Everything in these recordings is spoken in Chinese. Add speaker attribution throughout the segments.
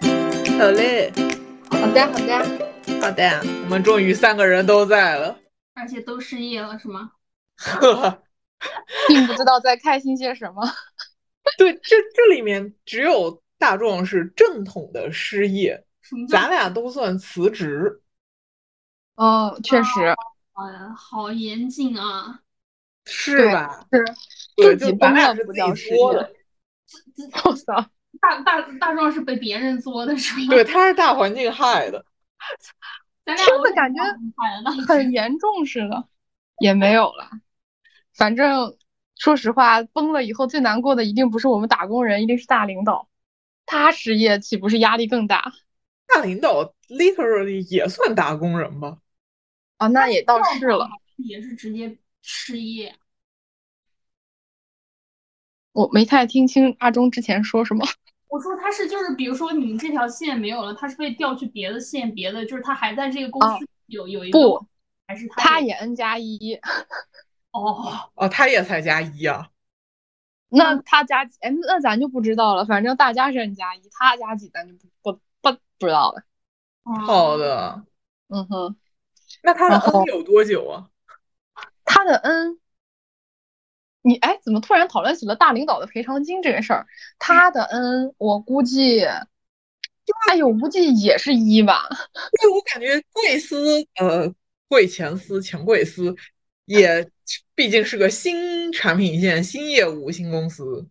Speaker 1: 好嘞，
Speaker 2: 好的，好的，
Speaker 1: 好的，我们终于三个人都在了，
Speaker 3: 而且都失业了是吗？
Speaker 1: 呵呵，
Speaker 2: 并不知道在开心些什么。
Speaker 1: 对，这这里面只有大壮是正统的失业，
Speaker 3: 什么叫
Speaker 1: 咱俩都算辞职。
Speaker 2: 哦，确实，
Speaker 3: 好呀？好严谨啊！
Speaker 1: 是吧？
Speaker 2: 是
Speaker 1: 对，
Speaker 2: 自
Speaker 1: 就
Speaker 2: 己
Speaker 1: 咱
Speaker 2: 崩
Speaker 1: 俩
Speaker 2: 了
Speaker 1: 是
Speaker 2: 不
Speaker 1: 自
Speaker 2: 叫
Speaker 1: 己
Speaker 2: 失
Speaker 1: 作
Speaker 2: 业
Speaker 1: 的，
Speaker 2: 我操，
Speaker 3: 大大大壮是被别人作的是吗？
Speaker 1: 对，他是大环境害的。
Speaker 3: 咱俩
Speaker 2: 听着
Speaker 3: 我
Speaker 2: 感觉
Speaker 3: 很
Speaker 2: 很严重似的，也没有了。反正说实话，崩了以后最难过的一定不是我们打工人，一定是大领导。他失业岂不是压力更大
Speaker 1: 大领导 literally 也算打工人吧？
Speaker 2: 啊？那也倒是了，
Speaker 3: 也是直接失业。
Speaker 2: 我没太听清阿忠之前说什么。
Speaker 3: 我说他是就是，比如说你们这条线没有了，他是被调去别的线，别的就是他还在这个
Speaker 1: 哦
Speaker 3: 公
Speaker 2: 啊
Speaker 3: 司有有一个
Speaker 2: 不，
Speaker 3: 还是他
Speaker 2: 他
Speaker 3: 有
Speaker 2: 也 N 加一，
Speaker 3: 哦，
Speaker 1: 哦，他也才加一啊。
Speaker 2: 那他加几？哎，那咱就不知道了。反正大家是 N 加一，他加几咱就不不不不知道了。
Speaker 1: 好的，
Speaker 2: 嗯哼，
Speaker 1: 那他的
Speaker 2: 然后
Speaker 1: N 有多久啊？
Speaker 2: 他的 N，你哎，怎么突然讨论起了大领导的赔偿金这个事儿？他的 N，我估计，哎呦，估计也是一吧。
Speaker 1: 对，我感觉贵司，呃，贵前司、前贵司，也毕竟是个新产品线、新业务、新公司。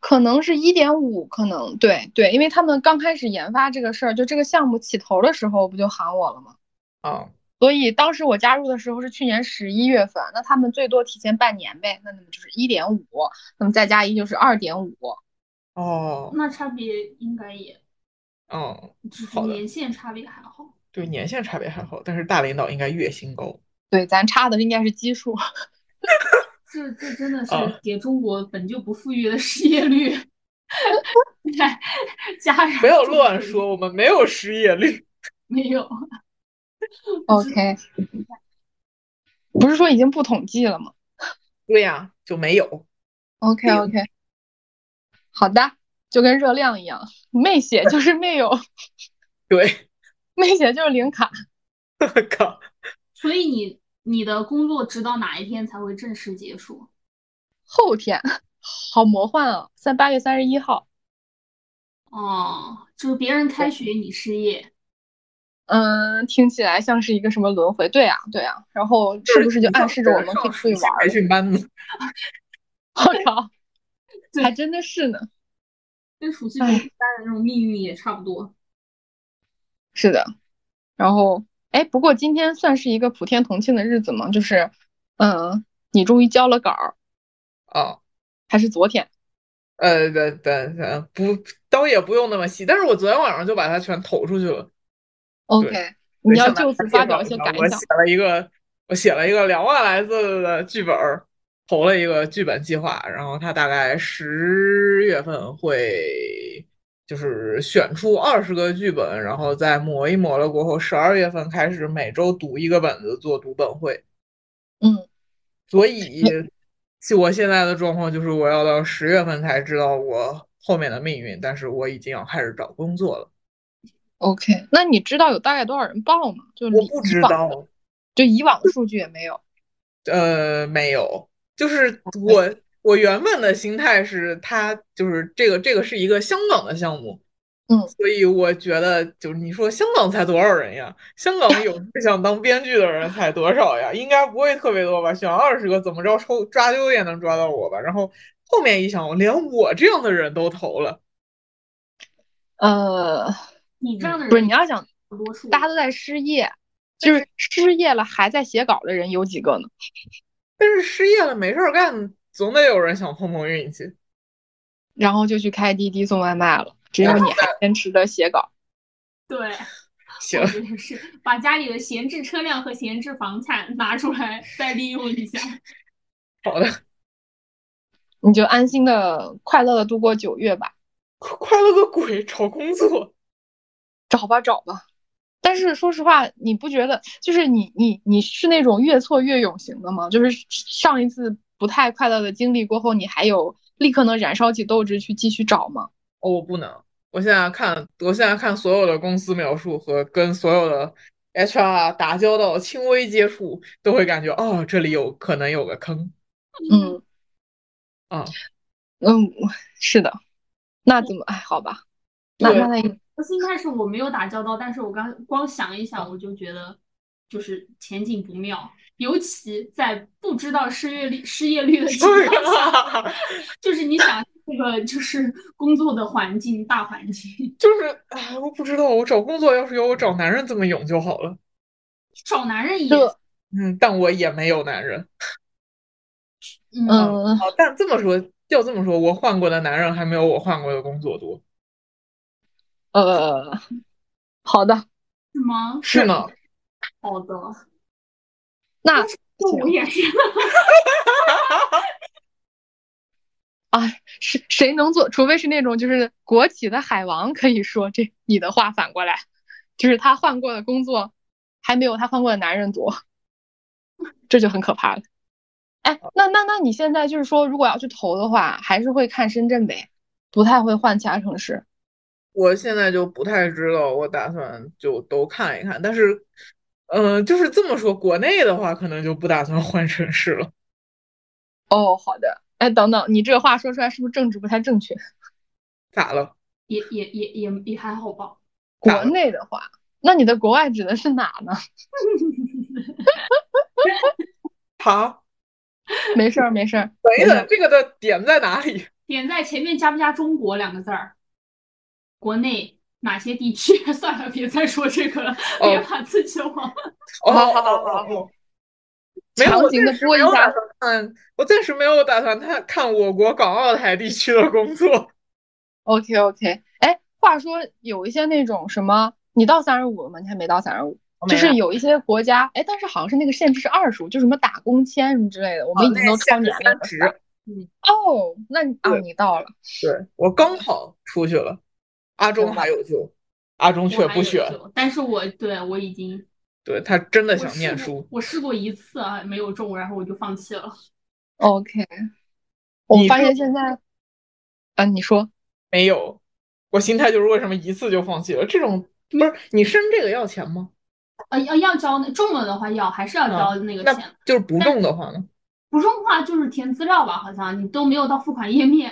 Speaker 2: 可能是一点五，可能对对，因为他们刚开始研发这个事儿，就这个项目起头的时候，不就喊我了吗？
Speaker 1: 啊，
Speaker 2: 所以当时我加入的时候是去年十一月份，那他们最多提前半年呗，那那么就是一点五，那么再加一就是二点五，
Speaker 1: 哦，
Speaker 3: 嗯那差别应该也
Speaker 1: 哦，
Speaker 3: 只是
Speaker 1: 好的
Speaker 3: 年限差别还好。
Speaker 1: 对，年限差别还好，但是大领导应该月薪高。
Speaker 2: 对，咱差的应该是基数。
Speaker 3: 这这真的是
Speaker 1: 啊
Speaker 3: 给中国本就不富裕的失业率 哎加上
Speaker 1: 不要乱说，我们没有失业率。
Speaker 3: 没有
Speaker 2: OK，不是说已经不统计了吗
Speaker 1: 对呀，就没有。
Speaker 2: ？OK OK，好的，就跟热量一样，没 写就是没有，
Speaker 1: 对，
Speaker 2: 没写就是零卡。
Speaker 1: 靠，
Speaker 3: 所以你你的工作直到哪一天才会正式结束？
Speaker 2: 后天，好魔幻啊！三八月三十一号，
Speaker 3: 哦，就是别人开学你失业，
Speaker 2: 嗯，听起来像是一个什么轮回？对啊，对啊。然后是不是就暗示着我们可以出去玩
Speaker 1: 培
Speaker 2: 了？
Speaker 1: 训班呢？
Speaker 2: 我 靠，
Speaker 3: 对
Speaker 2: 还真的是呢。
Speaker 3: 跟暑期补习班的那种命运也差不多。
Speaker 2: 是的，然后哎，不过今天算是一个普天同庆的日子嘛，就是，嗯，你终于交了稿儿，
Speaker 1: 哦，
Speaker 2: 还是昨天？
Speaker 1: 呃，等等等，不，倒也不用那么细，但是我昨天晚上就把它全投出去了。
Speaker 2: OK，你要
Speaker 1: 像
Speaker 2: 就
Speaker 1: 咱
Speaker 2: 此
Speaker 1: 们
Speaker 2: 发
Speaker 1: 电
Speaker 2: 表
Speaker 1: 脑
Speaker 2: 一些
Speaker 1: 上
Speaker 2: 感
Speaker 1: 我
Speaker 2: 想
Speaker 1: 写。了一个，我写了一个两万来字的剧本儿，投了一个剧本计划，然后他大概十月份会就是选出二十个剧本，然后再磨一磨了过后，十二月份开始每周读一个本子做读本会。
Speaker 2: 嗯，
Speaker 1: 所以，就我现在的状况就是我要到十月份才知道我后面的命运，但是我已经要开始找工作了。
Speaker 2: OK，那你知道有大概多少人报吗？就
Speaker 1: 我
Speaker 2: 以
Speaker 1: 不
Speaker 2: 以
Speaker 1: 知
Speaker 2: 往
Speaker 1: 道。
Speaker 2: 就以往的数据也没有。
Speaker 1: 呃，没有，就是我我原本的心态是，它就是这个这个是一个香港的项目，
Speaker 2: 嗯
Speaker 1: 所以我觉得就是你说香港才多少人呀？香港有志向当编剧的人才多少呀？应该不会特别多吧？选二十个怎么着抽抓阄也能抓到我吧？然后后面一想，连我这样的人都投了，
Speaker 2: 呃，
Speaker 3: 你这样的人
Speaker 2: 不是，你要想
Speaker 3: 大多数
Speaker 2: 大家都在失业，就是失业了还在写稿的人有几个呢？
Speaker 1: 但是失业了没事儿干，总得有人想碰碰运气。
Speaker 2: 然后就去开滴滴送外卖了。只有你还坚持着写稿。
Speaker 3: 对，
Speaker 1: 行
Speaker 3: 我，觉得是把家里的闲置车辆和闲置房产拿出来再利用一下。
Speaker 1: 好的，
Speaker 2: 你就安心的、快乐的度过九月吧，
Speaker 1: 快快乐个鬼，找工作。
Speaker 2: 找吧找吧。但是说实话，你不觉得就是你你你是那种越挫越勇型的吗？就是上一次不太快乐的经历过后，你还有立刻能燃烧起斗志去继续找吗？
Speaker 1: 哦，我不能。我现在看，我现在看所有的公司描述和跟所有的 HR 打交道、轻微接触，都会感觉哦，这里有可能有个坑
Speaker 2: 嗯
Speaker 1: 啊。
Speaker 2: 嗯，是的。那怎么？哎，好吧，那
Speaker 1: 对
Speaker 2: 那那也
Speaker 3: 我心态是我没有打交道，但是我刚光想一想，我就觉得就是前景不妙，尤其在不知道失业率失业率的情况下， 就是你想这个就是工作的环境大环境，
Speaker 1: 就是，哎，我不知道，我找工作要是有我找男人这么勇就好了。
Speaker 3: 找男人也
Speaker 2: 这
Speaker 1: 嗯，但我也没有男人。
Speaker 3: 嗯
Speaker 2: 嗯
Speaker 1: 好，但这么说，要这么说，我换过的男人还没有我换过的工作多。
Speaker 2: 呃，好的，
Speaker 3: 是吗？
Speaker 1: 是呢，
Speaker 3: 好的，
Speaker 2: 那
Speaker 3: 就我也是，
Speaker 2: 是谁能做？除非是那种就是国企的海王，可以说这你的话反过来，就是他换过的工作还没有他换过的男人多，这就很可怕了。哎，那那那你现在就是说，如果要去投的话，还是会看深圳呗，不太会换其他城市。
Speaker 1: 我现在就不太知道，我打算就都看一看。但是，嗯，就是这么说，国内的话，可能就不打算换城市了。
Speaker 2: 哦，好的。哎，等等，你这话说出来是不是政治不太正确？
Speaker 1: 咋了？
Speaker 3: 也也也也也还好吧。
Speaker 1: 咋
Speaker 2: 国
Speaker 1: 了
Speaker 2: 内的话，那你的国外指的是哪呢？
Speaker 1: 好，
Speaker 2: 没事儿，没事儿。
Speaker 1: 等一
Speaker 2: 没
Speaker 1: 等，这个的点在哪里？
Speaker 3: 点在前面加不加“中国”两个字儿？国内哪些地区？ 算了，别再说这个了，
Speaker 1: 哦
Speaker 3: 别把自己往。
Speaker 1: 哦，
Speaker 2: 好好好好
Speaker 1: 好。没有，
Speaker 2: 强
Speaker 1: 我
Speaker 2: 行
Speaker 1: 暂
Speaker 2: 的
Speaker 1: 时
Speaker 2: 播
Speaker 1: 没
Speaker 2: 一
Speaker 1: 有打
Speaker 2: 下，
Speaker 1: 算看，我暂时没有打算看看我国港澳台地区的工作。
Speaker 2: OK OK，哎，话说有一些那种什么，你到三十五了吗？你还没到三十五，就是有一些国家，哎，但是好像是那个限制是二十五，就什么打工签什么之类的，我
Speaker 1: 哦
Speaker 2: 们已经都超年龄了。是吧
Speaker 1: 十，
Speaker 2: 哦，那你啊，
Speaker 1: 对
Speaker 2: 你到了，
Speaker 1: 对，我刚好出去了，阿忠还有救，阿忠却
Speaker 3: 我还
Speaker 1: 不
Speaker 3: 有
Speaker 1: 选，
Speaker 3: 救，但是我对我已经
Speaker 1: 对他真的
Speaker 3: 我
Speaker 1: 想
Speaker 3: 试
Speaker 1: 念
Speaker 3: 过
Speaker 1: 书。
Speaker 3: 我试过一次啊，没有中，然后我就放弃了。
Speaker 2: OK，我
Speaker 1: 你
Speaker 2: 发
Speaker 1: 是
Speaker 2: 现现在，啊，你说，
Speaker 1: 没有，我心态就是为什么一次就放弃了？这种不是你申这个要钱吗？
Speaker 3: 呃，要要交那中了的话要还是要交那个
Speaker 1: 嗯那
Speaker 3: 钱，
Speaker 1: 就是不中的话呢？
Speaker 3: 不中的话就是填资料吧，好像你都没有到付款页面。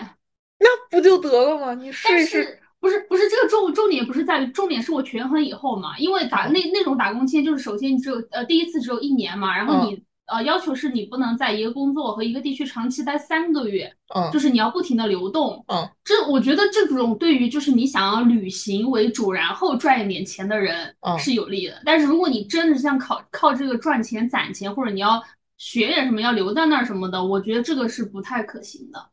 Speaker 1: 那不就得了吗？你试一
Speaker 3: 但
Speaker 1: 试。
Speaker 3: 是不是不是这个重重点不是在于，重点是我权衡以后嘛，因为
Speaker 1: 嗯
Speaker 3: 打那那种打工签就是首先你只有呃第一次只有一年嘛，然
Speaker 1: 嗯
Speaker 3: 后你、呃要求是你不能在一个工作和一个地区长期待三个月，
Speaker 1: 嗯
Speaker 3: 就是你要不停的流动。
Speaker 1: 嗯，
Speaker 3: 这我觉得这种对于就是你想要旅行为主，然后赚一点钱的人
Speaker 1: 嗯
Speaker 3: 是有利的。但是如果你真的是像靠靠这个赚钱攒钱，或者你要学点什么，要留在那儿什么的，我觉得这个是不太可行的。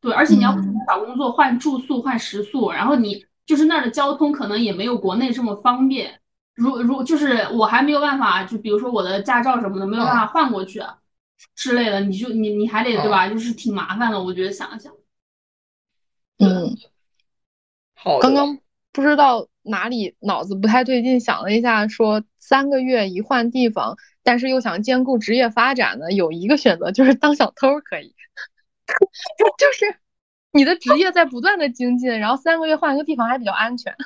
Speaker 3: 对，而且你要不停
Speaker 1: 嗯
Speaker 3: 的找工作，换住宿、换食宿，然后你就是那儿的交通可能也没有国内这么方便。如如就是我还没有办法，就比如说我的驾照什么的没有
Speaker 2: 嗯
Speaker 3: 办法换过去啊之类的，你就你你还得对吧？就是挺麻烦的，我觉得想一想。
Speaker 2: 嗯，
Speaker 1: 好的，
Speaker 2: 刚刚不知道哪里脑子不太对劲，想了一下，说三个月一换地方，但是又想兼顾职业发展呢，有一个选择就是当小偷儿可以， 就是你的职业在不断的精进，然后三个月换一个地方还比较安全。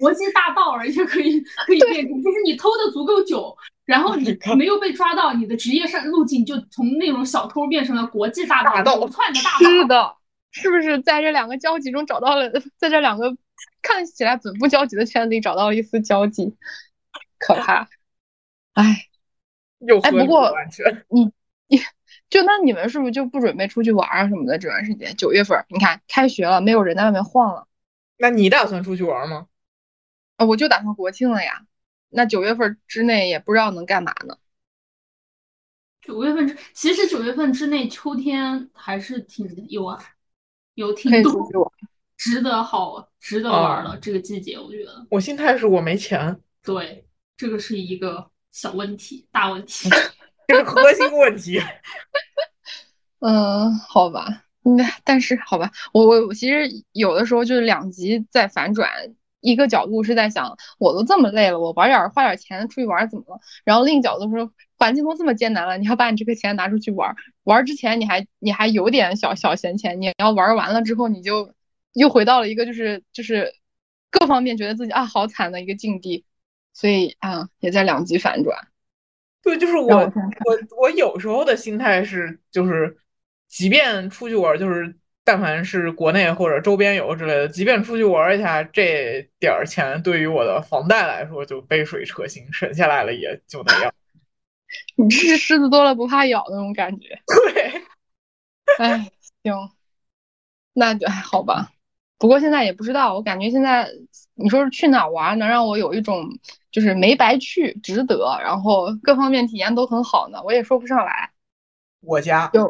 Speaker 3: 国际大盗，而且可以可以变成，就是你偷的足够久，然后 你没有被抓到，你的职业上路径就从那种小偷变成了国际大盗，
Speaker 1: 大盗
Speaker 3: 流窜的大盗。
Speaker 2: 是的，是不是在这两个交集中找到了，在这两个看起来本不交集的圈子里找到了一丝交集？可怕，哎，
Speaker 1: 又合
Speaker 2: 哎不
Speaker 1: 理
Speaker 2: 过
Speaker 1: 又安全。
Speaker 2: 就那你们是不是就不准备出去玩啊什么的？这段时间九月份儿，你看开学了，没有人在外面晃了，
Speaker 1: 那你打算出去玩吗？
Speaker 2: 啊我就打算国庆了呀。那九月份儿之内也不知道能干嘛呢。
Speaker 3: 九月份之，其实九月份之内，秋天还是挺有啊，有
Speaker 2: 可
Speaker 3: 挺
Speaker 2: 以出
Speaker 3: 多
Speaker 2: 去玩，嗯
Speaker 3: 值得好值得玩的这个季节，我觉得
Speaker 1: 我心态是我没钱，
Speaker 3: 对，这个是一个小问题，大问题。
Speaker 1: 嗯 这是核心问题。
Speaker 2: 嗯，好吧，那但是好吧，我我我其实有的时候就是两极在反转，一个角度是在想，我都这么累了，我玩点儿花点儿钱出去玩儿怎么了？然后另一角度说，环境都这么艰难了，你要把你这个钱拿出去玩儿，玩儿之前你还你还有点小小闲钱，你要玩儿完了之后你就又回到了一个就是就是各方面觉得自己啊好惨的一个境地，所以啊也在两极反转。
Speaker 1: 对，就是我
Speaker 2: 让我
Speaker 1: 我
Speaker 2: 想想
Speaker 1: 我有时候的心态是，就是即便出去玩儿，就是但凡是国内或者周边游之类的，即便出去玩儿一下，这点儿钱对于我的房贷来说就杯水车薪，省下来了也就那样。
Speaker 2: 你这是狮子多了不怕咬那种感觉。
Speaker 1: 对，
Speaker 2: 哎，行，那就还哎好吧。不过现在也不知道，我感觉现在你说是去哪儿玩，能让我有一种就是没白去，值得，然后各方面体验都很好呢，我也说不上来。
Speaker 1: 我 家
Speaker 2: 就，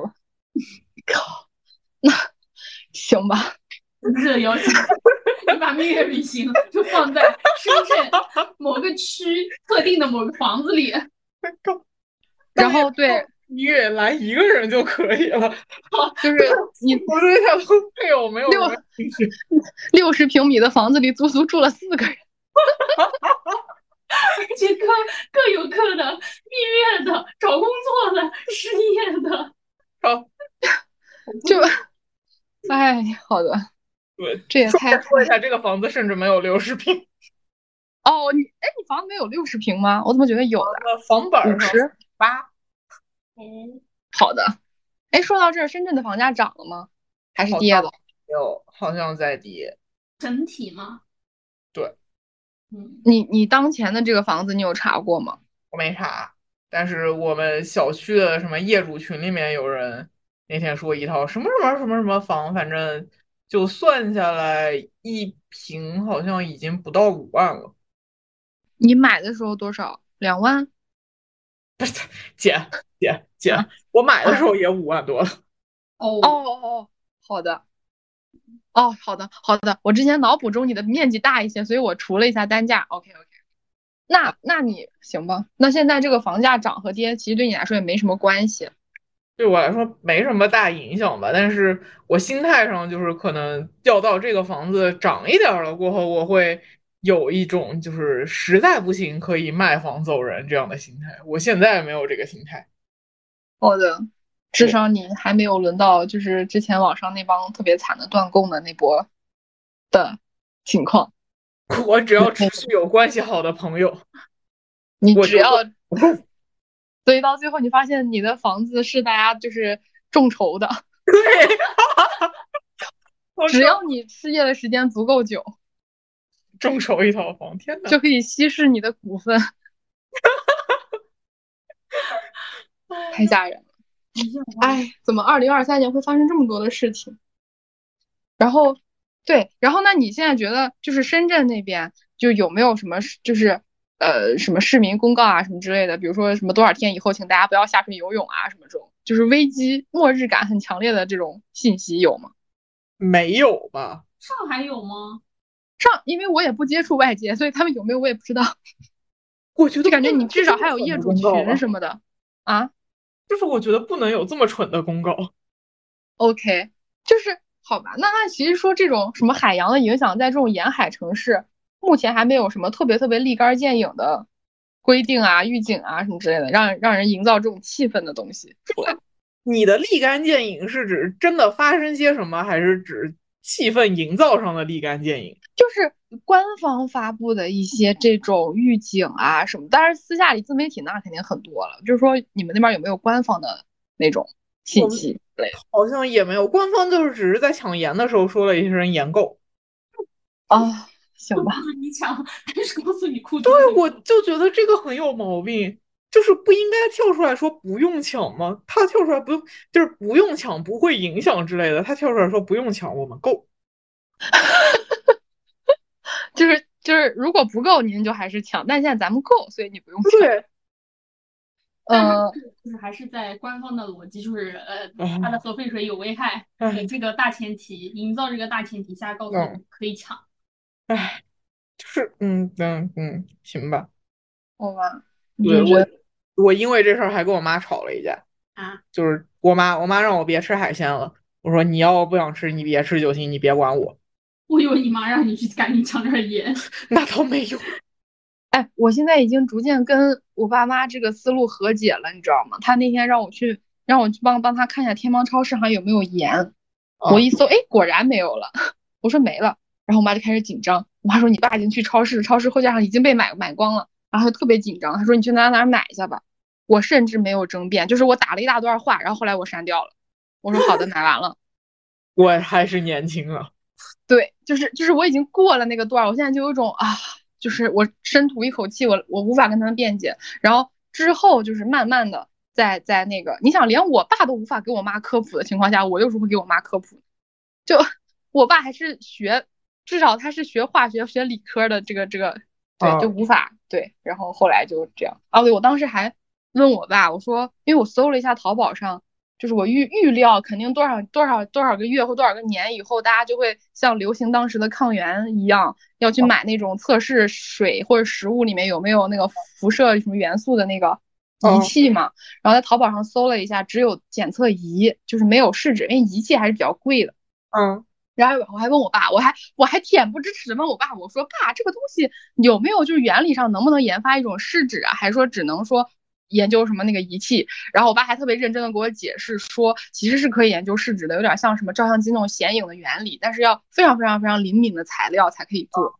Speaker 2: 靠，那行吧，
Speaker 3: 这个邀请，你把蜜月旅行就放在深圳某个区特定的某个房子里，
Speaker 2: 然后对，
Speaker 1: 一月来一个人就可以了。
Speaker 2: 就是你
Speaker 1: 我对象都配偶没有
Speaker 2: 六
Speaker 1: 没有 兴趣，
Speaker 2: 六十平米的房子里足足住了四个人，
Speaker 3: 而且各各有各的蜜月的、找工作的、失业的。
Speaker 2: 就，哎，好的，
Speaker 1: 对，
Speaker 2: 这也
Speaker 1: 顺
Speaker 2: 太
Speaker 1: 便说一下，这个房子甚至没有六十平，
Speaker 2: 哦，你哎，你房子没有六十平吗？我怎么觉得有的
Speaker 1: 呃房板
Speaker 2: 五
Speaker 1: 儿上
Speaker 2: 十？
Speaker 1: 八，哦
Speaker 2: 好的，哎，说到这儿，深圳的房价涨了吗？还是
Speaker 1: 好
Speaker 2: 跌
Speaker 1: 像
Speaker 2: 了？
Speaker 1: 有好像在跌，
Speaker 3: 整体吗？
Speaker 1: 对，
Speaker 3: 嗯，
Speaker 2: 你你当前的这个房子，你有查过吗？
Speaker 1: 我没查，但是我们小区的什么业主群里面有人那天说一套什么什么什么什么房，反正就算下来一平好像已经不到五万了，
Speaker 2: 你买的时候多少？两万？
Speaker 1: 姐姐姐，我买的时候也五万多了，
Speaker 3: 哦
Speaker 2: 哦哦哦，好的，哦好的好的，我之前脑补中你的面积大一些，所以我除了一下单价。OK OK，那那你行吧？那现在这个房价涨和跌，其实对你来说也没什么关系。
Speaker 1: 对我来说没什么大影响吧，但是我心态上就是可能要到这个房子涨一点儿了过后，我会有一种就是实在不行可以卖房走人这样的心态。我现在没有这个心态，
Speaker 2: 好的，至
Speaker 1: 对
Speaker 2: 少你还没有轮到就是之前网上那帮特别惨的断供的那波的情况。
Speaker 1: 我只要持续有关系好的朋友，
Speaker 2: 你
Speaker 1: 我
Speaker 2: 只
Speaker 1: 就
Speaker 2: 要，所以到最后你发现你的房子是大家就是众筹的，
Speaker 1: 我
Speaker 2: 只要你失业的时间足够久，
Speaker 1: 众筹一套房，天 哪！
Speaker 2: 就可以稀释你的股份。太吓人了！哎，怎么二零二三年会发生这么多的事情？然后，对，然后那你现在觉得就是深圳那边就有没有什么就是呃什么市民公告啊什么之类的，比如说什么多少天以后请大家不要下水游泳啊什么这种，就是危机末日感很强烈的这种信息有吗？
Speaker 1: 没有吧？
Speaker 3: 上海有吗？
Speaker 2: 上，因为我也不接触外界，所以他们有没有我也不知道，
Speaker 1: 我觉得
Speaker 2: 就感觉
Speaker 1: 不能
Speaker 2: 你至少还
Speaker 1: 这
Speaker 2: 有
Speaker 1: 么
Speaker 2: 业
Speaker 1: 蠢的
Speaker 2: 主
Speaker 1: 公告吧
Speaker 2: 群什么的啊。
Speaker 1: 就是我觉得不能有这么蠢的公告。
Speaker 2: OK，就是好吧，那那其实说这种什么海洋的影响，在这种沿海城市，目前还没有什么特别特别立竿见影的规定啊、预警啊什么之类的，让让人营造这种气氛的东西出来。
Speaker 1: 你的立竿见影是指真的发生些什么，还是指气氛营造上的立竿见影？
Speaker 2: 就是官方发布的一些这种预警啊什么，当然私下里自媒体那肯定很多了。就是说你们那边有没有官方的那种
Speaker 1: 我
Speaker 2: 信
Speaker 1: 们
Speaker 2: 息之类的？
Speaker 1: 好像也没有，官方就是只是在抢盐的时候说了一声盐购。
Speaker 2: 啊，行吧
Speaker 3: 告，诉你抢，但是告诉你裤裆。
Speaker 1: 对，我就觉得这个很有毛病，就是不应该跳出来说不用抢吗？他跳出来不用，就是不用抢不会影响之类的，他跳出来说不用抢，我们够。
Speaker 2: 就是就是，如果不够您就还是抢，但现在咱们够，所以你不用抢。
Speaker 1: 对，
Speaker 3: 但
Speaker 2: 呃，
Speaker 3: 是就是还是在官方的逻辑，就是呃，
Speaker 1: 哎
Speaker 3: 它的核废水有危害，
Speaker 1: 哎
Speaker 2: 嗯
Speaker 3: 以这个大前提，营造这个大前提下，告诉
Speaker 1: 嗯
Speaker 3: 你可以抢。
Speaker 1: 哎，就是嗯嗯嗯，行吧。
Speaker 2: 好吧，
Speaker 1: 对
Speaker 2: 就是
Speaker 1: 我，我因为这事儿还跟我妈吵了一架。
Speaker 3: 啊，
Speaker 1: 就是我妈，我妈让我别吃海鲜了。我说你要不想吃，你别吃就行，你别管我。
Speaker 3: 我以为你妈让你去赶紧抢点盐，
Speaker 1: 那倒没有，
Speaker 2: 哎，我现在已经逐渐跟我爸妈这个思路和解了，你知道吗？他那天让我去，让我去帮帮他看一下天猫超市还有没有盐。
Speaker 1: 啊
Speaker 2: 我一搜，哎，果然没有了。 我说没了，然后我妈就开始紧张。我妈说你爸已经去超市，超市货架上已经被买买光了，然后她特别紧张。她说你去哪哪哪买一下吧。我甚至没有争辩，就是我打了一大段话，然后后来我删掉了。我说好的，买完了。
Speaker 1: 我还是年轻了。
Speaker 2: 对，就是就是我已经过了那个段儿，我现在就有一种啊，就是我深吐一口气，我我无法跟他们辩解。然后之后就是慢慢的在在那个，你想连我爸都无法给我妈科普的情况下，我又如何给我妈科普？就我爸还是学，至少他是学化学、学理科的，这个这个对
Speaker 1: 哦
Speaker 2: 就无法对。然后后来就这样啊，对我当时还问我爸，我说因为我搜了一下淘宝上。就是我预预料，肯定多少多少多少个月或多少个年以后，大家就会像流行当时的抗原一样，要去买那种测试水或者食物里面有没有那个辐射什么元素的那个
Speaker 1: 哦
Speaker 2: 仪器嘛。然后在淘宝上搜了一下，只有检测仪，就是没有试纸，因为仪器还是比较贵的。
Speaker 1: 嗯，
Speaker 2: 然后我还问我爸，我还我还恬不知耻地问我爸，我说爸，这个东西有没有就是原理上能不能研发一种试纸啊？还说只能说研究什么那个仪器。然后我爸还特别认真的给我解释说，其实是可以研究试纸的，有点像什么照相机那种显影的原理，但是要非常非常非常灵敏的材料才可以做。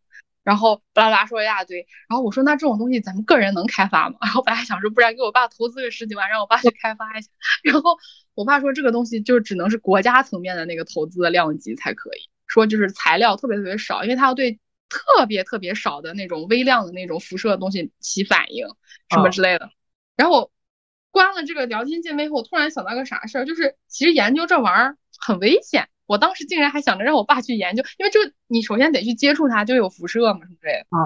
Speaker 2: 然后巴拉巴拉说一大堆，然后我说那这种东西咱们个人能开发吗？ 然后本来想说，不然给我爸投资个十几万，让我爸去开发一下。然后我爸说这个东西就只能是国家层面的那个投资的量级才可以，说就是材料特别特别少，因为它要对特别特别少的那种微量的那种辐射的东西起反应什
Speaker 1: 嗯
Speaker 2: 么之类的。然后我关了这个聊天界面以后，我突然想到个啥事儿，就是其实研究这玩意儿很危险。我当时竟然还想着让我爸去研究，因为就你首先得去接触它，就有辐射嘛什么之类的。
Speaker 1: 嗯，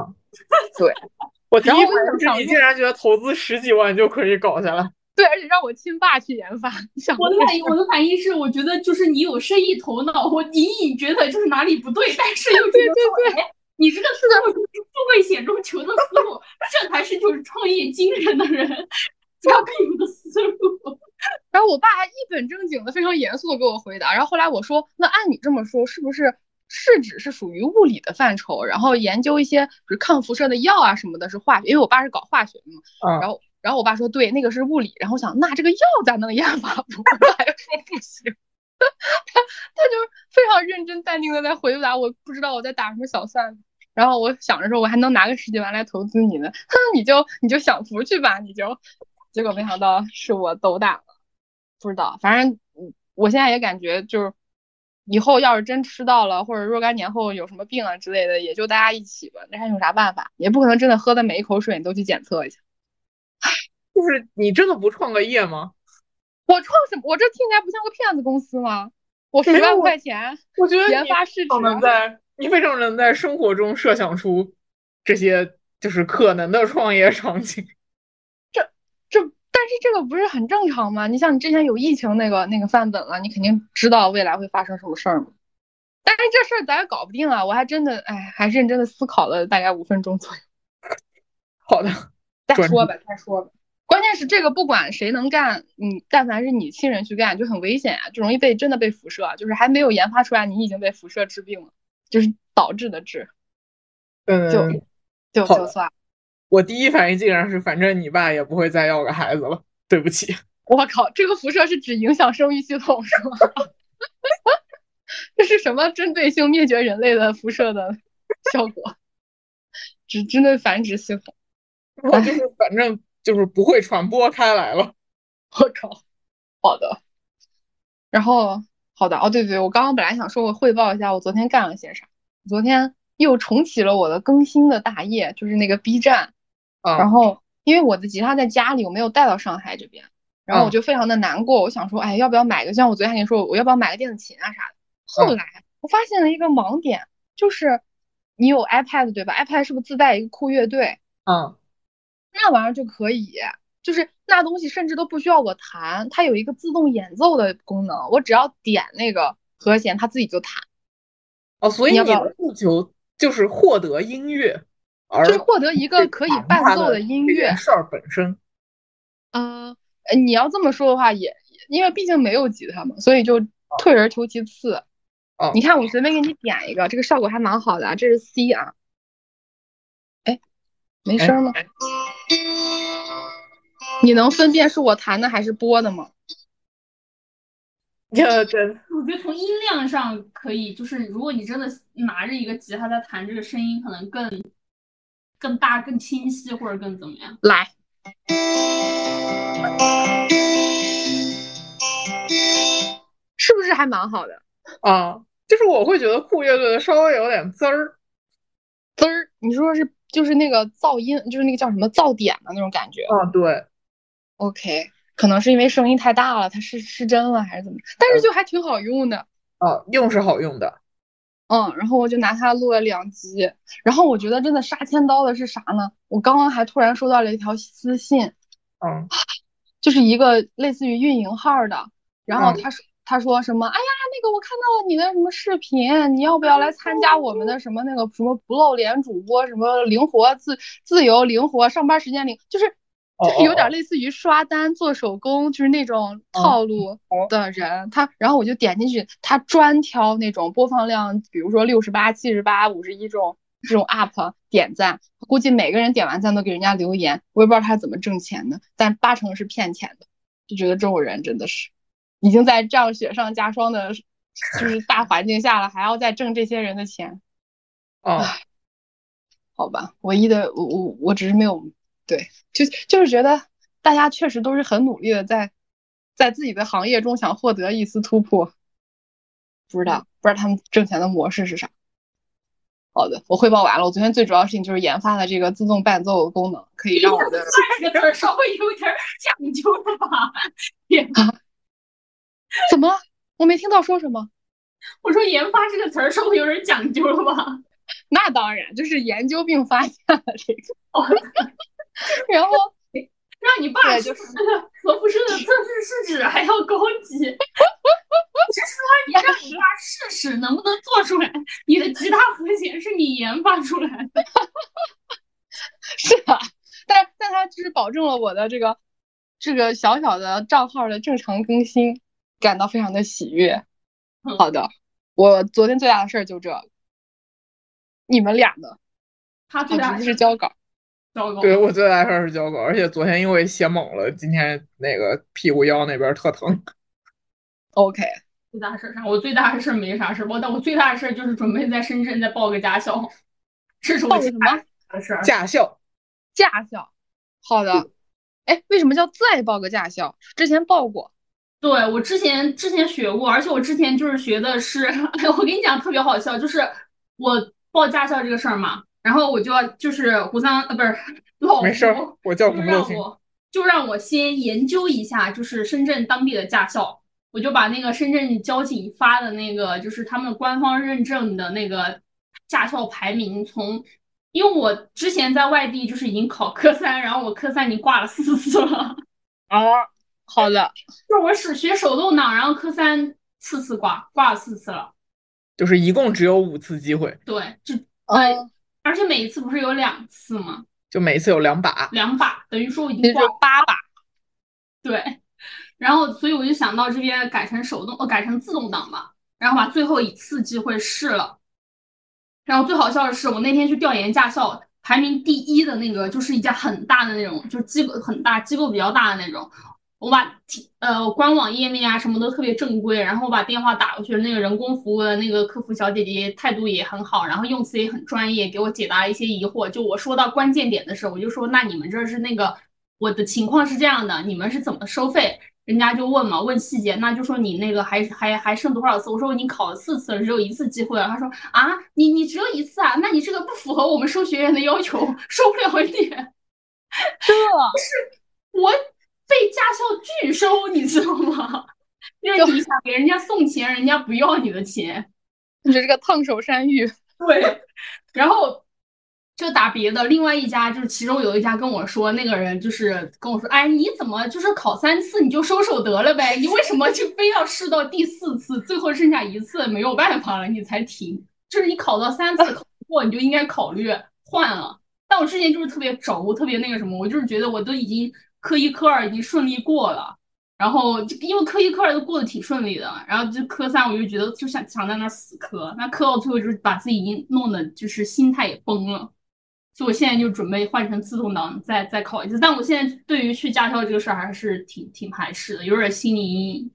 Speaker 2: 对
Speaker 1: 我第
Speaker 2: 然后
Speaker 1: 一
Speaker 2: 我就
Speaker 1: 反应
Speaker 2: 想
Speaker 1: 是你
Speaker 2: 说
Speaker 1: 竟然觉得投资十几万就可以搞下来，
Speaker 2: 对，而且让我亲爸去研发，你想
Speaker 3: 我的
Speaker 2: 这
Speaker 3: 反应，我的反应是，我觉得就是你有生意头脑，我隐隐觉得就是哪里不对，但是又觉得说，哎，你这个思路就是富贵险中求的思路，这才是就是创业精神的人才有的思路。
Speaker 2: 然后我爸还一本正经的、非常严肃的给我回答。然后后来我说，那按你这么说，是不是试纸是属于物理的范畴？然后研究一些比如抗辐射的药啊什么的，是化学，因为我爸是搞化学的嘛。
Speaker 1: 嗯
Speaker 2: 然后，然后我爸说对，那个是物理。然后我想，那这个药咱能研发 不？我爸又说不行。 他他就是非常认真淡定的在回答，我不知道我在打什么小算盘。然后我想着说，我还能拿个十几万来投资你呢，哼，你就你就享福去吧，你就。结果没想到是我斗胆了，不知道，反正嗯我现在也感觉就是，以后要是真吃到了，或者若干年后有什么病啊之类的，也就大家一起吧，那还有啥办法？也不可能真的喝的每一口水你都去检测一下。
Speaker 1: 就是你真的不创个业吗？
Speaker 2: 我创什么？我这听起来不像个骗子公司吗？我十
Speaker 1: 没有
Speaker 2: 万
Speaker 1: 哎我
Speaker 2: 块钱
Speaker 1: 我觉得
Speaker 2: 研
Speaker 1: 你
Speaker 2: 发啊试
Speaker 1: 非常能
Speaker 2: 纸，
Speaker 1: 在你非常能在生活中设想出这些就是可能的创业场景。
Speaker 2: 这但是这个不是很正常吗？你像你之前有疫情那个那个范本了，你肯定知道未来会发生什么事儿嘛。但是这事儿咱也搞不定啊，我还真的哎，还认真的思考了大概五分钟左右。
Speaker 1: 好的，
Speaker 2: 再
Speaker 1: 专
Speaker 2: 说吧，再说吧。关键是这个不管谁能干，你但凡是你亲人去干，就很危险啊，就容易被真的被辐射啊，就是还没有研发出来，你已经被辐射治病了，就是导致的治，
Speaker 1: 嗯，
Speaker 2: 就就
Speaker 1: 好
Speaker 2: 就
Speaker 1: 的
Speaker 2: 算了。
Speaker 1: 我第一反应竟然是，反正你爸也不会再要个孩子了，对不起。
Speaker 2: 我靠，这个辐射是指影响生育系统是吗？这是什么针对性灭绝人类的辐射的效果？只针对繁殖系统，
Speaker 1: 我就是反正就是不会传播开来了。
Speaker 2: 我靠，好的。然后，好的，哦，对对，我刚刚本来想说我汇报一下我昨天干了些啥，昨天又重启了我的更新的大业，就是那个 B 站。
Speaker 1: 啊，
Speaker 2: 然后因为我的吉他在家里，我没有带到上海这边，然后
Speaker 1: 嗯
Speaker 2: 我就非常的难过，我想说，哎，要不要买个？就像我昨天还跟你说，我要不要买个电子琴啊啥的。后
Speaker 1: 嗯
Speaker 2: 来我发现了一个盲点，就是你有 iPad 对吧？iPad 是不是自带一个酷乐队？
Speaker 1: 嗯
Speaker 2: 那玩意儿就可以，就是那东西甚至都不需要我弹，它有一个自动演奏的功能，我只要点那个和弦，它自己就弹。
Speaker 1: 哦，所以
Speaker 2: 你要
Speaker 1: 你
Speaker 2: 不要
Speaker 1: 的诉求就是获得音乐，而
Speaker 2: 就是获得一个可以伴奏的音
Speaker 1: 这件
Speaker 2: 乐
Speaker 1: 事儿本身。
Speaker 2: 嗯，呃你要这么说的话也，也因为毕竟没有吉他嘛，所以就退而求其次。
Speaker 1: 哦
Speaker 2: 你看，我随便给你点一个，这个效果还蛮好的啊，这是 C 啊。哎，没声儿吗？
Speaker 1: 哎
Speaker 2: 你能分辨是我弹的还是播的吗？
Speaker 1: 这真
Speaker 3: 我觉得从音量上可以，就是如果你真的拿着一个吉他在弹，这个声音可能更更大、更清晰，或者更怎么样。
Speaker 2: 来，是不是还蛮好的？
Speaker 1: 啊，就是我会觉得酷乐队的稍微有点滋儿，
Speaker 2: 滋儿，你说是就是那个噪音，就是那个叫什么噪点的那种感觉。
Speaker 1: 啊，对，
Speaker 2: OK，可能是因为声音太大了，它失失真了还是怎么着？但是就还挺好用的。
Speaker 1: 啊，用是好用的，
Speaker 2: 嗯，然后我就拿它录了两集。然后我觉得真的杀千刀的是啥呢？我刚刚还突然收到了一条私信，
Speaker 1: 嗯，
Speaker 2: 就是一个类似于运营号儿的，然后
Speaker 1: 嗯
Speaker 2: 他说、他说什么，哎呀，那个我看到了你的什么视频，你要不要来参加我们的什么那个什么不露脸主播，什么灵活自自由灵活，上班时间灵，就是
Speaker 1: 哦
Speaker 2: 就是有
Speaker 1: 哦嗯
Speaker 2: 点
Speaker 1: 哦
Speaker 2: 类似于刷单做手工，就是那种套路的人。他然后我就点进去，他专挑那种播放量，比如说六十八、七十八、五十一这种这种 UP 点赞，估计每个人点完赞都给人家留言，我也不知道他是怎么挣钱的，但八成是骗钱的。就觉得这种人真的是已经在这样雪上加霜的，就是大环境下了，还要再挣这些人的钱，
Speaker 1: 啊，
Speaker 2: 好吧？唯一的我我我只是没有对，就就是觉得大家确实都是很努力的在在自己的行业中想获得一丝突破，不知道不知道他们挣钱的模式是啥。好的，我汇报完了。我昨天最主要的事情就是研发了这个自动伴奏功能，可以让我的
Speaker 3: 这个词儿稍微有点儿讲究了吧？
Speaker 2: 怎么了？我没听到说什么。
Speaker 3: 我说“研发”这个词儿稍微有点儿讲究了吧？
Speaker 2: 那当然，就是研究并发现了这个。 然后
Speaker 3: 让你爸
Speaker 2: 对就是
Speaker 3: 那个 核辐射的测试试纸还要高级。我是说，你让你爸试试能不能做出来，你的吉他和弦是你研发出来的。
Speaker 2: 是啊， 但但它只是保证了我的这个这个小小的账号的正常更新，感到非常的喜悦。
Speaker 3: 嗯
Speaker 2: 好的，我昨天最大的事儿就这个。你们俩呢？
Speaker 3: 他最
Speaker 2: 我
Speaker 3: 大
Speaker 2: 直
Speaker 3: 的
Speaker 2: 接是交稿。
Speaker 3: 糟糕，
Speaker 1: 对我最大的事儿是交狗，而且昨天因为写猛了，今天那个屁股腰那边儿特疼。
Speaker 2: OK，
Speaker 3: 最大的事儿啥？我最大的事儿没啥事儿，我但我最大的事儿就是准备在深圳再报个驾校，这是
Speaker 2: 报
Speaker 3: 我
Speaker 2: 个
Speaker 3: 最
Speaker 2: 什
Speaker 3: 大
Speaker 2: 么
Speaker 3: 的事儿。
Speaker 1: 驾校
Speaker 2: 驾校？好
Speaker 3: 嗯
Speaker 2: 的。哎，为什么叫再报个驾校？之前报过。
Speaker 3: 对，我之前之前学过，而且我之前就是学的是，哎我跟你讲特别好笑，就是我报驾校这个事儿嘛，然后我就要就是胡三呃不是老
Speaker 1: 没事儿
Speaker 3: 胡，
Speaker 1: 我叫
Speaker 3: 就
Speaker 1: 什么都
Speaker 3: 让
Speaker 1: 行。
Speaker 3: 我就让我先研究一下，就是深圳当地的驾校，我就把那个深圳交警发的那个，就是他们官方认证的那个驾校排名从。因为我之前在外地就是已经考科三，然后我科三已经挂了四次了，
Speaker 2: 哦，好的。
Speaker 3: 就是我是学手动挡，然后科三次次挂，挂了四次了。
Speaker 1: 就是一共只有五次机会，
Speaker 3: 对，就哎
Speaker 2: 嗯，
Speaker 3: 而且每一次不是有两次吗？
Speaker 1: 就每次有两把。
Speaker 3: 两把，等于说我已
Speaker 2: 那
Speaker 3: 经
Speaker 2: 就
Speaker 3: 挂
Speaker 2: 是八把。
Speaker 3: 对，然后所以我就想到这边改成手动，呃，改成自动挡吧，然后把最后一次机会试了。然后最好笑的是，我那天去调研驾校，排名第一的那个就是一家很大的那种，就是机构很大、机构比较大的那种。我把提呃官网页面啊什么都特别正规，然后我把电话打过去，那个人工服务的那个客服小姐姐态度也很好，然后用词也很专业，给我解答了一些疑惑。就我说到关键点的时候，我就说那你们这是那个我的情况是这样的，你们是怎么收费？人家就问嘛，问细节，那就说你那个还还还剩多少次？我说你考了四次了，只有一次机会了。他说啊，你你只有一次啊，那你这个不符合我们收学员的要求，收不了你。
Speaker 2: 这
Speaker 3: 我被驾校拒收，你知道吗？就是你想给人家送钱，人家不要你的钱。
Speaker 2: 你这是个烫手山芋。
Speaker 3: 对，然后就打别的。另外一家就是，其中有一家跟我说，那个人就是跟我说，哎，你怎么就是考三次你就收手得了呗？你为什么就非要试到第四次，最后剩下一次没有办法了你才停？就是你考到三次考不过，你就应该考虑换了。但我之前就是特别轴，特别那个什么，我就是觉得我都已经科一科二已经顺利过了，然后就因为科一科二都过得挺顺利的，然后就科三我就觉得就想想在那儿死磕，那磕到最后就是把自己已经弄得就是心态也崩了，所以我现在就准备换成自动挡再再考一次，但我现在对于去驾校这个事儿还是挺挺排斥的，有点心理阴影。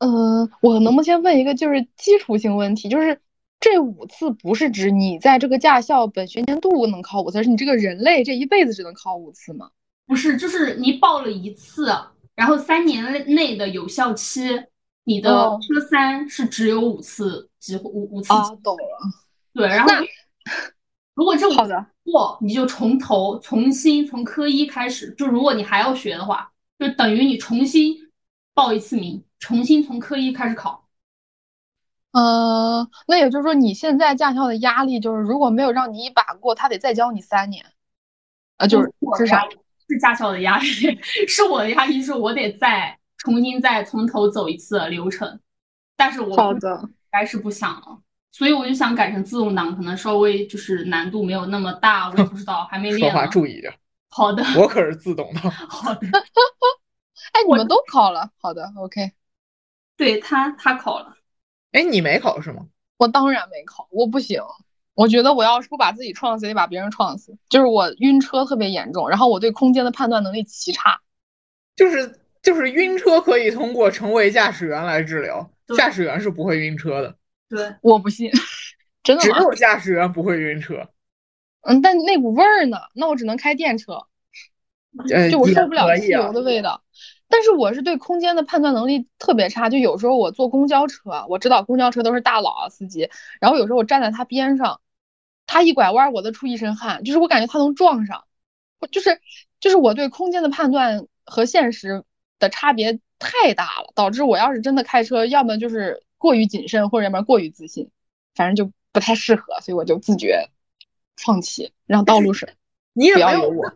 Speaker 2: 呃，我能不能先问一个就是基础性问题，就是这五次不是指你在这个驾校本学年度能考五次，而是你这个人类这一辈子只能考五次吗？
Speaker 3: 不是，就是你报了一次，然后三年内的有效期，你的
Speaker 2: 哦
Speaker 3: 科三是只有五次机会，五五次
Speaker 2: 啊
Speaker 3: 机，
Speaker 2: 懂了。
Speaker 3: 对，然后
Speaker 2: 那
Speaker 3: 如果这五
Speaker 2: 好的，
Speaker 3: 过，你就从头重新从科一开始，就如果你还要学的话，就等于你重新报一次名，重新从科一开始考。
Speaker 2: 呃，那也就是说你现在驾校的压力就是，如果没有让你一把过，他得再教你三年。啊，就是
Speaker 3: 我
Speaker 2: 这
Speaker 3: 的
Speaker 2: 是啥
Speaker 3: 压力是驾校的压力， 是我的压力，就是我得再重新再从头走一次流程。但是我
Speaker 2: 好
Speaker 3: 不
Speaker 2: 的，
Speaker 3: 应该是不想了，所以我就想改成自动挡，可能稍微就是难度没有那么大，我也不知道， 还没
Speaker 1: 说
Speaker 3: 练
Speaker 1: 话
Speaker 3: 呢。
Speaker 1: 注意点，
Speaker 3: 好的，
Speaker 1: 我可是自动的。
Speaker 3: 好的，
Speaker 2: 哎，你们都考了，好的，OK。
Speaker 3: 对他他考了，
Speaker 1: 哎，你没考是吗？
Speaker 2: 我当然没考，我不行。我觉得我要是不把自己撞死，也得把别人撞死。就是我晕车特别严重，然后我对空间的判断能力极差。
Speaker 1: 就是就是晕车可以通过成为驾驶员来治疗，
Speaker 3: 对
Speaker 1: 驾驶员是不会晕车的，
Speaker 3: 对，
Speaker 2: 我不信， 真的
Speaker 1: 只
Speaker 2: 吗？
Speaker 1: 有驾驶员不会晕车。
Speaker 2: 嗯，但那股味儿呢？那我只能开电车，
Speaker 1: 呃，
Speaker 2: 就我
Speaker 1: 也
Speaker 2: 受不了
Speaker 1: 可
Speaker 2: 汽
Speaker 1: 以啊
Speaker 2: 油的味道。但是我是对空间的判断能力特别差，就有时候我坐公交车，啊我知道公交车都是大佬啊司机，然后有时候我站在他边上，他一拐弯，我都出一身汗，就是我感觉他能撞上，我就是就是我对空间的判断和现实的差别太大了，导致我要是真的开车，要么就是过于谨慎，或者要么过于自信，反正就不太适合，所以我就自觉放弃，让道 路是
Speaker 1: 呃你也
Speaker 2: 不
Speaker 1: 没
Speaker 2: 要有
Speaker 1: 有
Speaker 2: 我。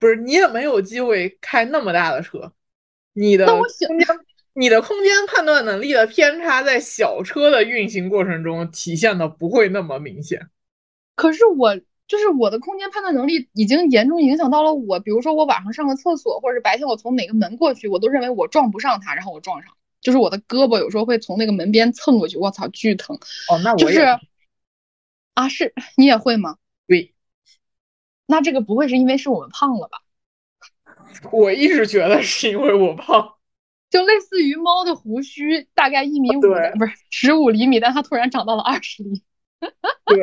Speaker 1: 不是，你也没有机会开那么大的车，你的
Speaker 2: 那我想
Speaker 1: 空间，你的空间判断能力的偏差在小车的运行过程中体现的不会那么明显。
Speaker 2: 可是我就是我的空间判断能力已经严重影响到了我，比如说我晚上上个厕所，或者是白天我从哪个门过去，我都认为我撞不上它，然后我撞上，就是我的胳膊有时候会从那个门边蹭过去，我操，巨疼。
Speaker 1: 哦，那我
Speaker 2: 就
Speaker 1: 也
Speaker 2: 是啊，是你也会吗？
Speaker 1: 对，
Speaker 2: 那这个不会是因为是我们胖了吧？
Speaker 1: 我一直觉得是因为我胖，
Speaker 2: 就类似于猫的胡须，大概一米
Speaker 1: 啊
Speaker 2: 五，
Speaker 1: 对
Speaker 2: 不是十五厘米，但它突然长到了二十厘米。
Speaker 1: 对，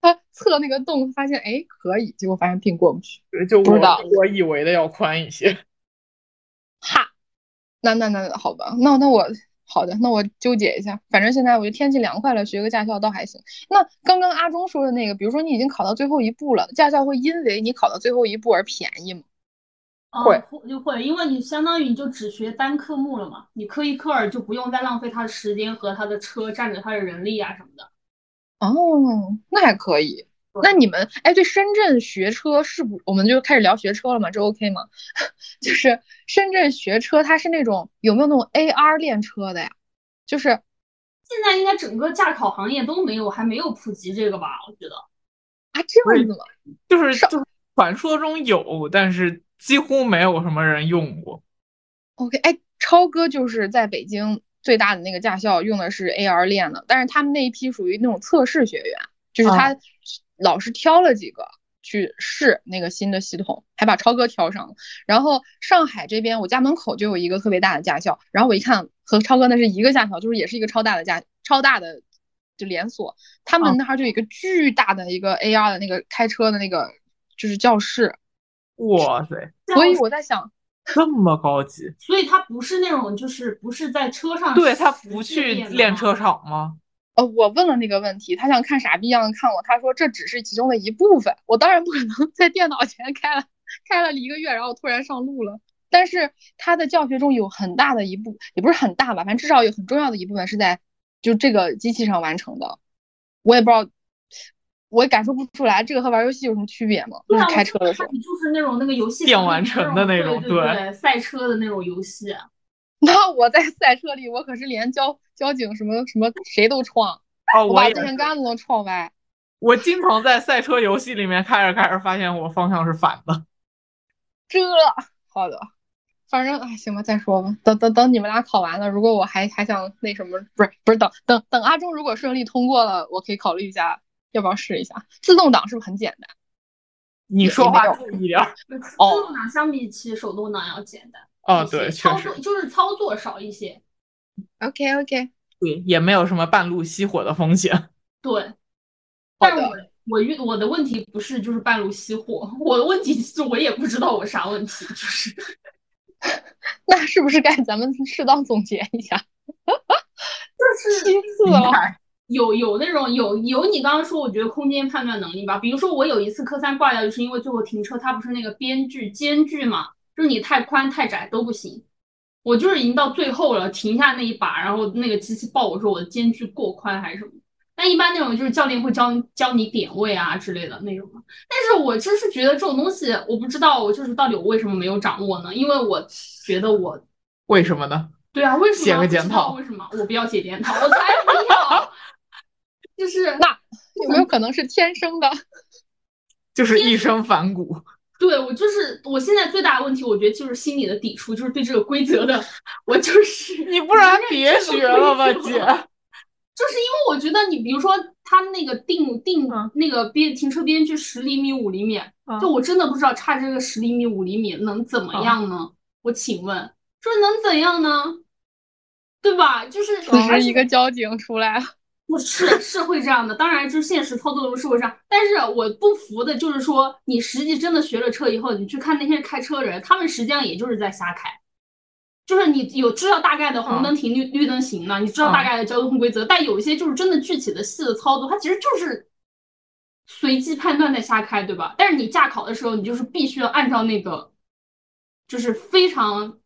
Speaker 2: 它测那个洞，发现哎可以，结果发现并过不去。
Speaker 1: 就
Speaker 2: 不
Speaker 1: 我
Speaker 2: 知道
Speaker 1: 我以为的要宽一些。
Speaker 2: 哈，那那那好吧，那那我好的，那我纠结一下。反正现在我觉得天气凉快了，学个驾校倒还行。那刚刚阿忠说的那个，比如说你已经考到最后一步了，驾校会因为你考到最后一步而便宜吗？
Speaker 3: 嗯
Speaker 1: 会
Speaker 3: 就会，因为你相当于你就只学单科目了嘛，你科一科二就不用再浪费他的时间和他的车，占着他的人力啊什么的。
Speaker 2: 哦，那还可以。那你们，哎，对深圳学车是不？我们就开始聊学车了嘛，这 OK 吗？ 就是深圳学车，它是那种有没有那种 AR 练车的呀？就是啊
Speaker 3: 现在应该整个驾考行业都没有，还没有普及这个吧？我觉得
Speaker 2: 啊，这样子吗？
Speaker 1: 就是就是传说中有，但是几乎没有什么人用过。
Speaker 2: OK，哎，超哥就是在北京最大的那个驾校用的是 AR 练的，但是他们那一批属于那种测试学员，就是他老师挑了几个去试那个新的系统，还把超哥挑上了。然后上海这边，我家门口就有一个特别大的驾校，然后我一看和超哥那是一个驾校，就是也是一个超大的驾超大的就连锁，他们那儿就有一个巨大的一个 AR 的那个开车的那个就是教室，
Speaker 1: 哇塞，
Speaker 2: 所以我在想。
Speaker 1: 这么高级！
Speaker 3: 所以他不是那种就是不是在车
Speaker 2: 啊
Speaker 3: 上
Speaker 1: 对他
Speaker 3: 实
Speaker 1: 不
Speaker 3: 际
Speaker 1: 去
Speaker 3: 练的
Speaker 1: 练
Speaker 3: 嘛
Speaker 1: 车场吗？
Speaker 2: 呃，我问了那个问题，他像看傻逼一样看我，他说这只是其中的一部分。我当然不可能 在电脑前开了开了一个月，然后突然上路了。但是他的教学中有很大的一部，也不是很大吧，反正至少有很重要的一部分是在就这个机器上完成的。我也不知道，我也感受不出来这个和玩游戏有什么区别吗？就
Speaker 3: 对
Speaker 2: 是
Speaker 3: 啊，
Speaker 2: 开
Speaker 3: 我
Speaker 2: 车
Speaker 3: 觉
Speaker 2: 的
Speaker 3: 得
Speaker 2: 时
Speaker 3: 它
Speaker 2: 候，
Speaker 3: 比就是那种那个游戏
Speaker 1: 电
Speaker 3: 厅
Speaker 1: 玩
Speaker 3: 里
Speaker 1: 城
Speaker 3: 那
Speaker 1: 的那
Speaker 3: 种，
Speaker 1: 种
Speaker 3: 对
Speaker 1: 对哦
Speaker 3: 对，赛车的那种游戏。
Speaker 2: 那我在赛车里，我可是连交交警什么什么谁都撞，
Speaker 1: 哦，
Speaker 2: 我
Speaker 1: 我
Speaker 2: 把
Speaker 1: 也
Speaker 2: 电线
Speaker 1: 是
Speaker 2: 杆子都撞歪。
Speaker 1: 我经常在赛车游戏里面开着开着，发现我方向是反的。
Speaker 2: 这好的，反正哎，行吧，再说吧。等等等，你们俩考完了，如果我还还想那什么，不是不是，等等等阿中如果顺利通过了，我可以考虑一下，要不要试一下自动挡是不是很简单？
Speaker 1: 你
Speaker 2: 也
Speaker 1: 说
Speaker 2: 也没
Speaker 1: 话
Speaker 2: 有
Speaker 1: 注意点儿。
Speaker 3: 自
Speaker 2: 哦
Speaker 3: 动挡相比起手动挡要简单
Speaker 1: 哦，
Speaker 3: 一些
Speaker 1: 对，确
Speaker 3: 操
Speaker 1: 实
Speaker 3: 作就是操作少一些。
Speaker 2: OK OK，
Speaker 1: 对，也没有什么半路熄火的风险。
Speaker 3: 对，
Speaker 2: 好
Speaker 3: 但
Speaker 2: 的
Speaker 3: 我我遇我的问题不是就是半路熄火，我的问题是我也不知道我啥问题，就是
Speaker 2: 那是不是该咱们适当总结一下？
Speaker 3: 就是
Speaker 2: 七次了，
Speaker 3: 有有那种有有你刚刚说，我觉得空间判断能力吧。比如说我有一次科三挂掉，就是因为最后停车，它不是那个边距间距嘛，就是你太宽太窄都不行。我就是已经到最后了，停下那一把，然后那个机器报我说我的间距过宽还是什么。但一般那种就是教练会教你教你点位啊之类的那种嘛。但是我就是觉得这种东西，我不知道我就是到底我为什么没有掌握呢？因为我觉得我
Speaker 1: 为什么呢？
Speaker 3: 对啊，为什么
Speaker 1: 写个
Speaker 3: 不知
Speaker 1: 检
Speaker 3: 道
Speaker 1: 讨
Speaker 3: 为什么我不要写检讨？我才不要，就是
Speaker 2: 那有没有可能是天生的？
Speaker 1: 就是一身反骨。
Speaker 3: 对我就是我现在最大的问题，我觉得就是心里的抵触，就是对这个规则的，我就是
Speaker 1: 你不然
Speaker 3: 不认
Speaker 1: 别
Speaker 3: 这个
Speaker 1: 学了吧，
Speaker 3: 规则
Speaker 1: 姐。
Speaker 2: 啊
Speaker 3: 就是因为我觉得你比如说他那个定定
Speaker 1: 嗯
Speaker 3: 那个边停车边距十厘米五厘米，
Speaker 1: 嗯
Speaker 3: 啊就我真的不知道差这个十厘米五厘米能怎么样呢？我请问，就是能怎样呢？对吧？就是
Speaker 2: 此
Speaker 3: 而
Speaker 2: 时
Speaker 3: 且
Speaker 2: 一个交警出来了，
Speaker 3: 我是是会这样的，当然就是现实操作中是会这样，但是我不服的就是说，你实际真的学了车以后，你去看那些开车人，他们实际上也就是在瞎开，就是你有知道大概的红灯停、绿绿灯行呢，你知道大概的交通规则，但有一些就是真的具体的细的操作，它其实就是随机判断在瞎开，对吧？但是你驾考的时候，你就是必须要按照那个，就是非常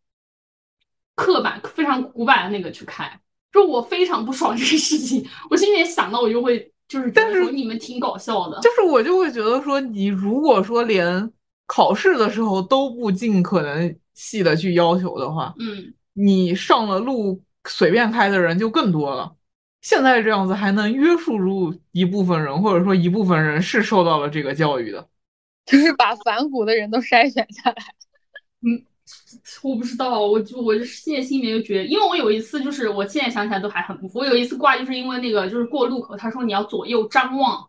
Speaker 3: 刻板、非常古板的那个去开。就我非常不爽这个事情，我心里想到我就会就是觉得说你们挺搞笑的，
Speaker 1: 就是我就会觉得说，你如果说连考试的时候都不尽可能细的去要求的话，
Speaker 3: 嗯，
Speaker 1: 你上了路随便开的人就更多了。现在这样子还能约束住一部分人，或者说一部分人是受到了这个教育的。
Speaker 2: 就是把反骨的人都筛选下来。
Speaker 3: 我不知道，我就我现在心里面就觉得，因为我有一次就是我现在想起来都还很不服，我有一次挂就是因为那个就是过路口，他说你要左右张望，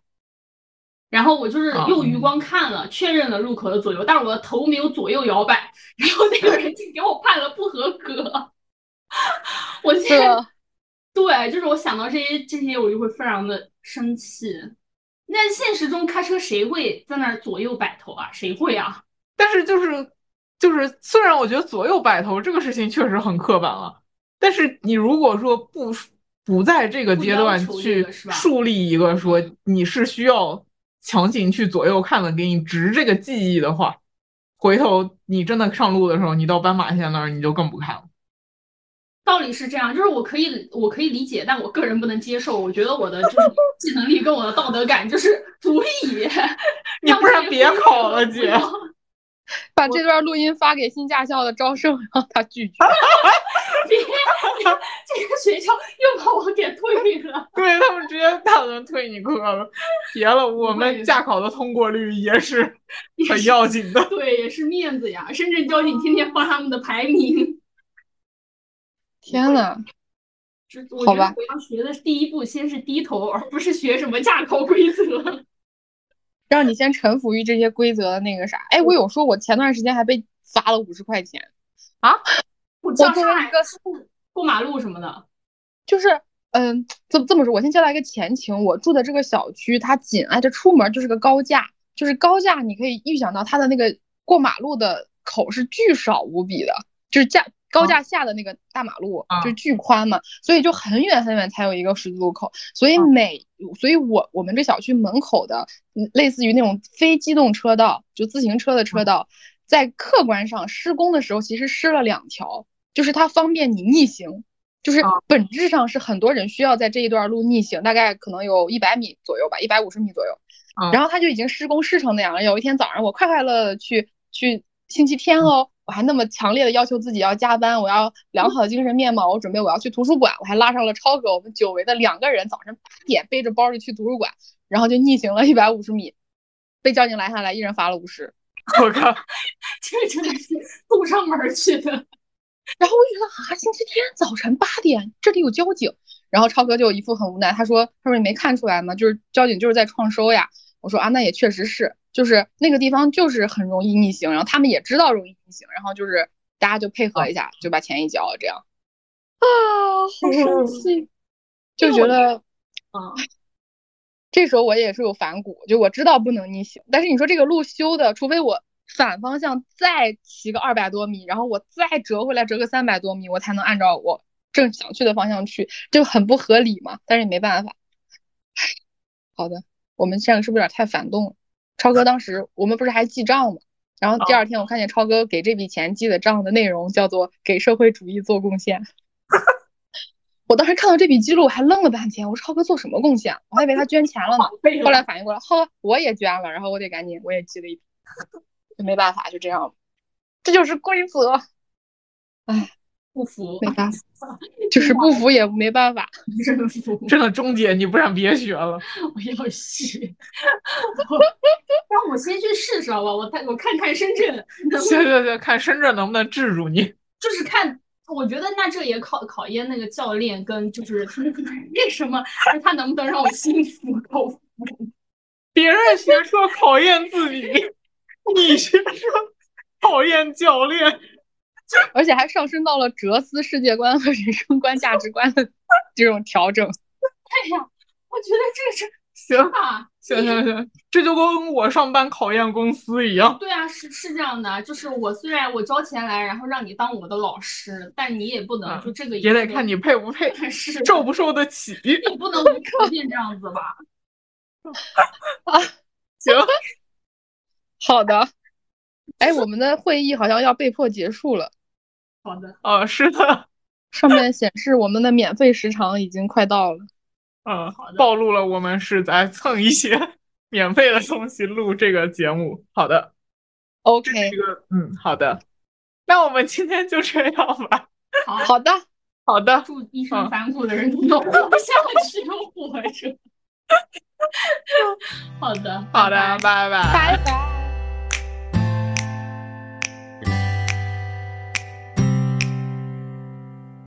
Speaker 3: 然后我就是
Speaker 1: 哦
Speaker 3: 用余光看了，确认了路口的左右，但是我的头没有左右摇摆，然后那个人就给我判了不合格， 我现在
Speaker 2: 这
Speaker 3: 对，就是我想到这些这些，我就会非常的生气。那现实中开车谁会在那儿左右摆头啊？谁会啊？
Speaker 1: 但是就是就是，虽然我觉得左右摆头这个事情确实很刻板了，但是你如果说不不在这个
Speaker 3: 不
Speaker 1: 阶
Speaker 3: 要
Speaker 1: 段
Speaker 3: 求这
Speaker 1: 去
Speaker 3: 个是吧
Speaker 1: 树立一个说
Speaker 3: 嗯
Speaker 1: 你是需要强行去左右看的，给你植这个记忆的话，回头你真的上路的时候，你到斑马线那儿你就更不看了。
Speaker 3: 道理是这样，就是我可以我可以理解，但我个人不能接受。我觉得我 的就是技能力跟我的道德感就是足以
Speaker 1: 你
Speaker 3: 让
Speaker 1: 不然
Speaker 3: 别人
Speaker 1: 别
Speaker 3: 忽略
Speaker 1: 考
Speaker 3: 我
Speaker 1: 了
Speaker 3: 不
Speaker 1: 姐
Speaker 3: 要
Speaker 2: 把这段录音发给新驾校的招生，让他拒绝。
Speaker 3: 啊别，这个学校又把我给退了。
Speaker 1: 对他们直接大人退你课了，别了，我
Speaker 3: 会
Speaker 1: 们驾考的通过率也是很要紧的。
Speaker 3: 对，也是面子呀。深圳交警天天发他们的排名。
Speaker 2: 天呐，
Speaker 3: 就我
Speaker 2: 好
Speaker 3: 觉得
Speaker 2: 吧
Speaker 3: 我要学的第一步，先是低头，而不是学什么架构规则。
Speaker 2: 让你先臣服于这些规则的那个啥。哎，我有说，我前段时间还被罚了五十块钱，
Speaker 3: 我上
Speaker 2: 作为
Speaker 3: 上
Speaker 2: 一个
Speaker 3: 过马路什么的，
Speaker 2: 就是。嗯，这这么说，我先交代一个前情。我住的这个小区，它紧挨着出门就是个高架，就是高架，你可以预想到它的那个过马路的口是巨少无比的，就是架高架下的那个大马路、
Speaker 1: 啊
Speaker 2: 就是巨宽嘛，所以就很远很远才有一个十字路口。所以
Speaker 1: 啊
Speaker 2: 每，所以我我们这小区门口的，嗯类似于那种非机动车道，就自行车的车道，在客观上施工的时候其实施了两条，就是它方便你逆行。就是
Speaker 1: 啊
Speaker 2: 本质上是很多人需要在这一段路逆行，大概可能有一百米左右吧，一百五十米左右。
Speaker 1: 啊
Speaker 2: 然后他就已经施工施成那样了。有一天早上，我快快乐乐地去去星期天哦，我还那么强烈的要求自己要加班，我要良好的精神面貌，我准备我要去图书馆，我还拉上了超哥，我们久违的两个人早晨八点背着包就去图书馆，然后就逆行了一百五十米，被交警拦下来，一人罚了五十。
Speaker 1: 我靠，
Speaker 3: 这真的是送上门儿去 的。
Speaker 2: 然后我就觉得啊，星期天早晨八点这里有交警，然后超哥就有一副很无奈，他说他说你没看出来吗？就是交警就是在创收呀。我说啊，那也确实是，就是那个地方就是很容易逆行，然后他们也知道容易逆行，然后就是大家就配合一下，就把钱一交这样。啊好生气，就觉得
Speaker 3: 嗯，
Speaker 2: 这时候我也是有反骨，就我知道不能逆行，但是你说这个路修的，除非我反方向再骑个二百多米，然后我再折回来折个三百多米，我才能按照我正想去的方向去，就很不合理嘛。但是也没办法。好的，我们这样是不是有点太反动了？超哥当时我们不是还记账吗？然后第二天我看见超哥给这笔钱记的账的内容叫做“给社会主义做贡献”，我当时看到这笔记录我还愣了半天，我说超哥做什么贡献？啊我还以为他捐钱了 呢。
Speaker 3: 废
Speaker 2: 后
Speaker 3: 了
Speaker 2: 来反应过来，呵，我也捐了，然后我得赶紧我也记了一笔，就没办法，就这样了，这就是啊规则，
Speaker 3: 不服，
Speaker 2: 没办法，就是不服也没办法。
Speaker 3: 真服，
Speaker 1: 真的，钟姐，你不然别学了。
Speaker 3: 我要学。 让我先去试试好吧，我看我看看深圳能不
Speaker 1: 行
Speaker 3: 能，
Speaker 1: 行行，看深圳能不能制住你。
Speaker 3: 就是看。我觉得那这也考考验那个教练跟就是 为什么他能不能让我心服口服？
Speaker 1: 别人学说考验自己，你学说考验教练。
Speaker 2: 而且还上升到了哲思世界观和人生观、价值观的这种调整。
Speaker 3: 哎呀，我觉得这是
Speaker 1: 行
Speaker 3: 啊，
Speaker 1: 行行行，这就跟我上班考验公司一样。
Speaker 3: 对啊，是是这样的，就是我虽然我交钱来，然后让你当我的老师，但你也不能
Speaker 1: 嗯
Speaker 3: 就这个
Speaker 1: 也得看你配不配，
Speaker 3: 看是
Speaker 1: 受不受得起。
Speaker 3: 你不能无条件这样子吧？
Speaker 1: 行，
Speaker 2: 好的，哎，我们的会议好像要被迫结束了，
Speaker 3: 好的，
Speaker 1: 啊，是的，
Speaker 2: 上面显示我们的免费时长已经快到了。
Speaker 1: 嗯
Speaker 3: 好，的
Speaker 1: 暴露了我们是在蹭一些 免费的东西录这个节目。好的，
Speaker 2: OK，
Speaker 1: 这是一个嗯，好的，那我们今天就这样吧。
Speaker 3: 好，
Speaker 2: 好的，
Speaker 1: 好的，
Speaker 3: 祝一身反骨的人都 能活下去，活着。好的，
Speaker 1: 好的拜
Speaker 3: 拜拜，
Speaker 1: 拜。
Speaker 2: 拜拜。